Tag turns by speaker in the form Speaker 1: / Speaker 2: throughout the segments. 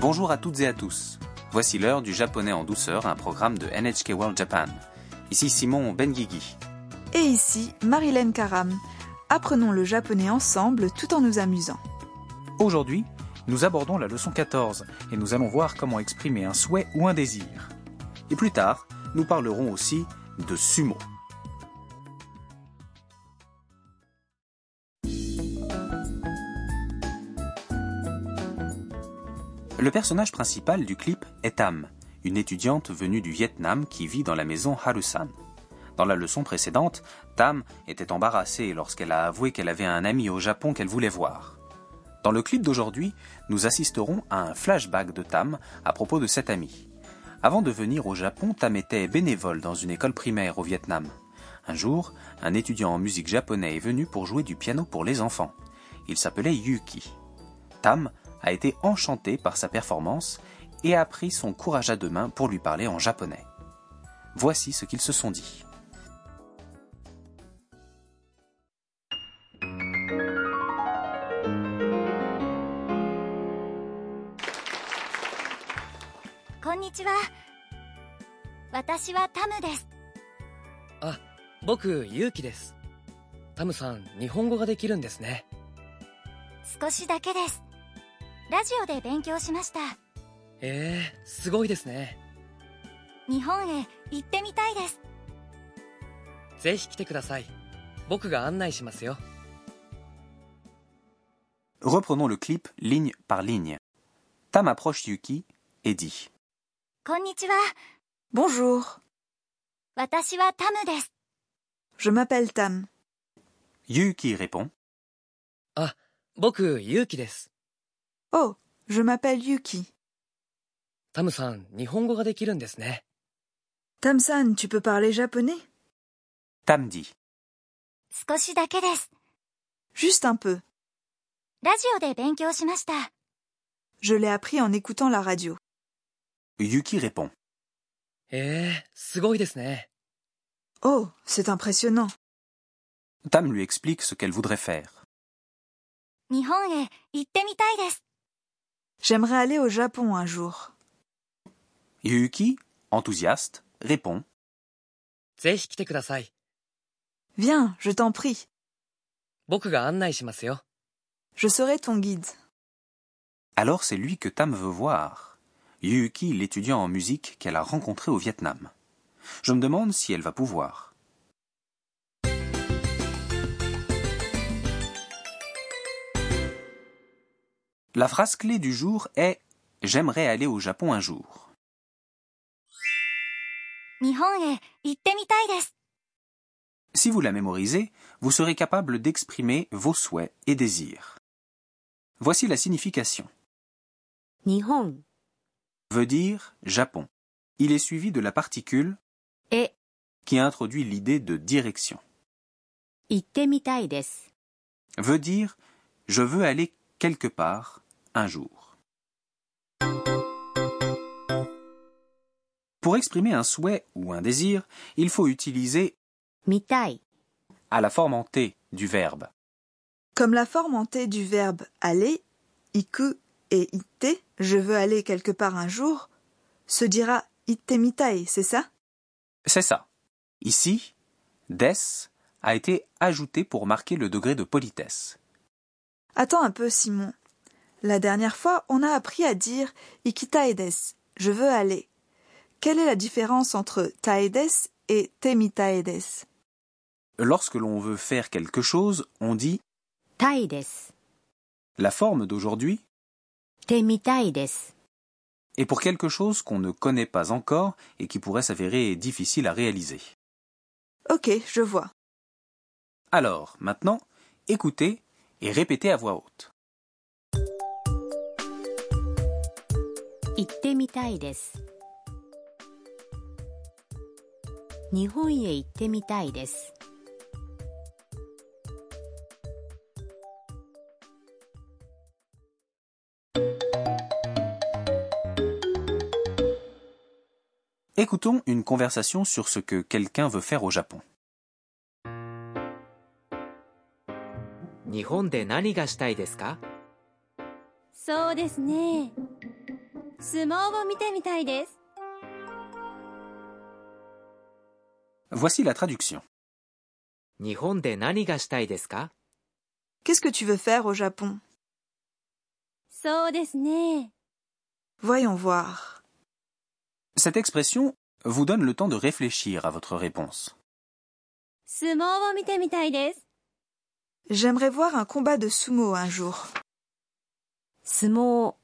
Speaker 1: Bonjour à toutes et à tous. Voici l'heure du japonais en douceur, un programme de NHK World Japan. Ici Simon Benguigui.
Speaker 2: Et ici, Marilène Karam. Apprenons le japonais ensemble tout en nous amusant.
Speaker 1: Aujourd'hui, nous abordons la leçon 14 et nous allons voir comment exprimer un souhait ou un désir. Et plus tard, nous parlerons aussi de sumo. Le personnage principal du clip est Tam, une étudiante venue du Vietnam qui vit dans la maison Harusan. Dans la leçon précédente, Tam était embarrassée lorsqu'elle a avoué qu'elle avait un ami au Japon qu'elle voulait voir. Dans le clip d'aujourd'hui, nous assisterons à un flashback de Tam à propos de cet ami. Avant de venir au Japon, Tam était bénévole dans une école primaire au Vietnam. Un jour, un étudiant en musique japonais est venu pour jouer du piano pour les enfants. Il s'appelait Yuki. Tam a été enchanté par sa performance et a pris son courage à deux mains pour lui parler en japonais. Voici ce qu'ils se sont dit.
Speaker 3: こんにちは私はタムです
Speaker 4: あ僕ゆうきですタムさん日本語ができるんですね
Speaker 3: 少しだけですラジオで勉強しました
Speaker 4: えー、すごいですね
Speaker 3: 日本へ行ってみたいです
Speaker 4: ぜひ来てください僕が案内しますよ
Speaker 1: Reprenons le clip ligne par ligne. Tam approche Yuki et dit
Speaker 3: こんにちは
Speaker 2: Bonjour,
Speaker 3: 私はタムです
Speaker 2: je m'appelle Tam.
Speaker 1: Yuki répond
Speaker 4: あ僕ゆうきです
Speaker 2: Oh, je m'appelle Yuki.
Speaker 4: タムさん日本語ができるんですね
Speaker 2: Tam-san, tu peux parler japonais
Speaker 1: Tam dit
Speaker 3: 少しだけです
Speaker 2: Juste un peu.
Speaker 3: ラジオで勉強しました
Speaker 2: Je l'ai appris en écoutant la radio.
Speaker 1: Yuki répond
Speaker 4: えー、すごいですね
Speaker 2: Oh, c'est impressionnant.
Speaker 1: Tam lui explique ce qu'elle voudrait faire.
Speaker 3: 日本へ行ってみたいです
Speaker 2: J'aimerais aller au Japon un jour.
Speaker 1: Yuki, enthousiaste, répond
Speaker 4: ぜひ来てください
Speaker 2: Viens, je t'en prie.
Speaker 4: 僕が案内しますよ
Speaker 2: Je serai ton guide.
Speaker 1: Alors c'est lui que Tam veut voir. Yuki, l'étudiant en musique qu'elle a rencontré au Vietnam. Je me demande si elle va pouvoir. La phrase clé du jour est J'aimerais aller au Japon un jour.
Speaker 3: 日本へ行ってみたいです
Speaker 1: Si vous la mémorisez, vous serez capable d'exprimer vos souhaits et désirs. Voici la signification.
Speaker 3: 日本
Speaker 1: veut dire Japon. Il est suivi de la particule
Speaker 3: へ
Speaker 1: qui introduit l'idée de direction.
Speaker 3: 行ってみたいです
Speaker 1: veut dire je veux aller quelque part un jour. Pour exprimer un souhait ou un désir, il faut utiliser
Speaker 3: 見たい
Speaker 1: à la forme en T du verbe.
Speaker 2: Comme la forme en T du verbe aller, iku et ite, je veux aller quelque part un jour, se dira itemitai, c'est ça
Speaker 1: C'est ça. Ici, des a été ajouté pour marquer le degré de politesse.
Speaker 2: Attends un peu, Simon. La dernière fois, on a appris à dire ikitaides, je veux aller. Quelle est la différence entre taedes et temitaedes
Speaker 1: Lorsque l'on veut faire quelque chose, on dit
Speaker 3: たいです
Speaker 1: la forme d'aujourd'hui
Speaker 3: てみたいです
Speaker 1: et pour quelque chose qu'on ne connaît pas encore et qui pourrait s'avérer difficile à réaliser.
Speaker 2: Ok, je vois.
Speaker 1: Alors, maintenant, écoutez et répétez à voix haute.
Speaker 3: 行ってみたいです日本へ行ってみたいです
Speaker 1: Écoutons une conversation sur ce que quelqu'un veut faire au Japon.
Speaker 5: 日本で何がしたいですか
Speaker 3: そうですね相撲を見てみたいです。
Speaker 1: Voici la traduction.
Speaker 5: 日本で何がしたいですか
Speaker 2: Qu'est-ce que tu veux faire au Japon
Speaker 3: そうですね。
Speaker 2: Voyons voir.
Speaker 1: Cette expression vous donne le temps de réfléchir à votre réponse.
Speaker 3: 相撲を見てみたいです。
Speaker 2: J'aimerais voir un combat de sumo un jour.
Speaker 3: 相撲。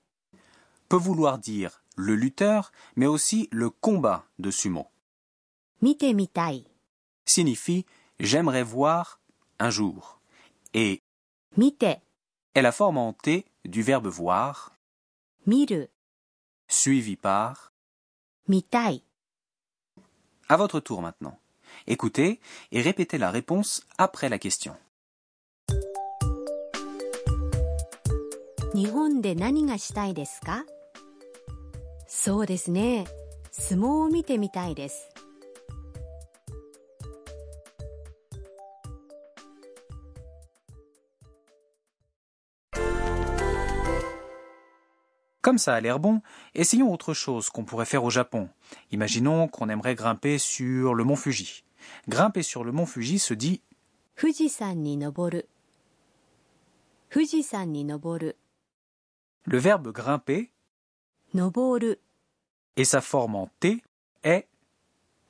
Speaker 1: Peut vouloir dire le lutteur, mais aussi le combat de sumo.
Speaker 3: 見てみたい。
Speaker 1: Signifie j'aimerais voir un jour. Et
Speaker 3: 見て、
Speaker 1: est la forme en T du verbe voir,
Speaker 3: 見る、
Speaker 1: suivi par.
Speaker 3: 見たい。
Speaker 1: À votre tour maintenant. Écoutez et répétez la réponse après la question.
Speaker 3: 日本で何がしたいですかそうですね。相撲を見てみたいです。
Speaker 1: Comme ça a l'air bon, essayons autre chose qu'on pourrait faire au Japon. Imaginons qu'on aimerait grimper sur le mont Fuji. Grimper sur le mont Fuji se dit
Speaker 3: 富士山に登る。富士山に登る。
Speaker 1: le verbe grimper
Speaker 3: 登る。
Speaker 1: et sa forme en T est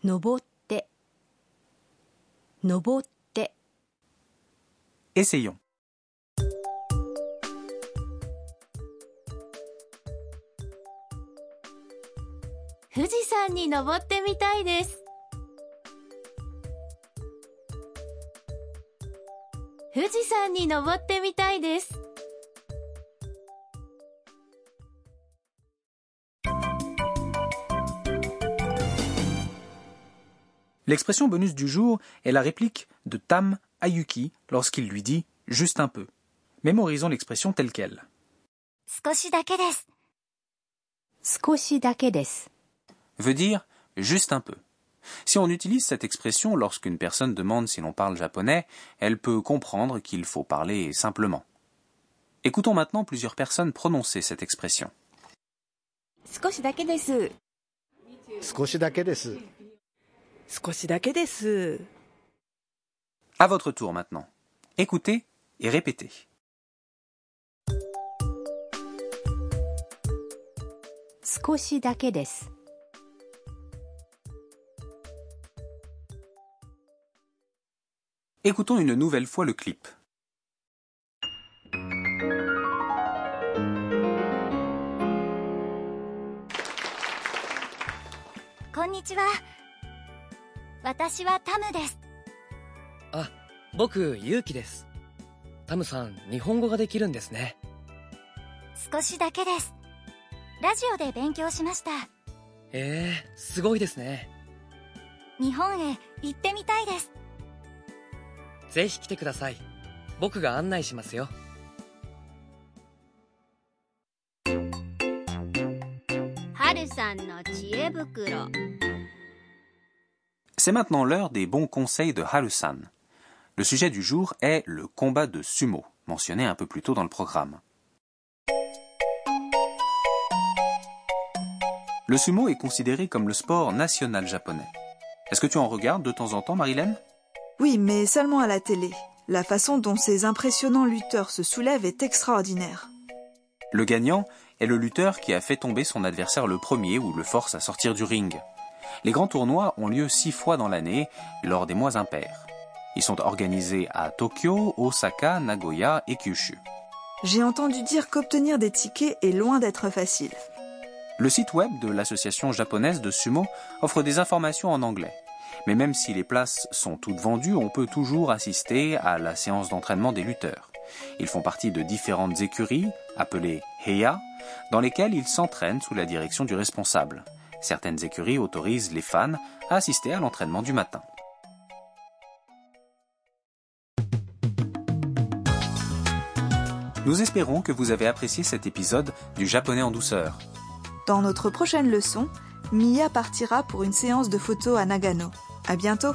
Speaker 3: 登って。登って。
Speaker 1: essayons. L'expression bonus du jour est la réplique de Tam à Yuki lorsqu'il lui dit juste un peu. Mémorisons l'expression telle qu'elle.
Speaker 3: 少しだけです。少しだけです。
Speaker 1: veut dire juste un peu. Si on utilise cette expression lorsqu'une personne demande si l'on parle japonais, elle peut comprendre qu'il faut parler simplement. Écoutons maintenant plusieurs personnes prononcer cette expression.
Speaker 3: 少しだけです。
Speaker 6: 少しだけです
Speaker 7: 少しだけです。
Speaker 1: À votre tour maintenant. Écoutez et répétez.
Speaker 3: 少しだけです。
Speaker 1: Écoutons une nouvelle fois le clip.
Speaker 3: こんにちは。私はタムです。
Speaker 4: あ、僕、ゆうきです。タムさん、日本語ができるんですね。
Speaker 3: 少しだけです。ラジオで勉強しました。
Speaker 4: ええすごいですね。
Speaker 3: 日本へ行ってみたいです。
Speaker 4: ぜひ来てください。僕が案内しますよ。
Speaker 8: はるさんの知恵袋
Speaker 1: C'est maintenant l'heure des bons conseils de Harusan. Le sujet du jour est le combat de sumo, mentionné un peu plus tôt dans le programme. Le sumo est considéré comme le sport national japonais. Est-ce que tu en regardes de temps en temps, Marilyn
Speaker 2: Oui, mais seulement à la télé. La façon dont ces impressionnants lutteurs se soulèvent est extraordinaire.
Speaker 1: Le gagnant est le lutteur qui a fait tomber son adversaire le premier ou le force à sortir du ring. Les grands tournois ont lieu six fois dans l'année, lors des mois impairs. Ils sont organisés à Tokyo, Osaka, Nagoya et Kyushu.
Speaker 2: J'ai entendu dire qu'obtenir des tickets est loin d'être facile.
Speaker 1: Le site web de l'association japonaise de sumo offre des informations en anglais. Mais même si les places sont toutes vendues, on peut toujours assister à la séance d'entraînement des lutteurs. Ils font partie de différentes écuries, appelées Heiya, dans lesquelles ils s'entraînent sous la direction du responsable. Certaines écuries autorisent les fans à assister à l'entraînement du matin. Nous espérons que vous avez apprécié cet épisode du Japonais en douceur.
Speaker 2: Dans notre prochaine leçon, Mia partira pour une séance de photos à Nagano. À bientôt!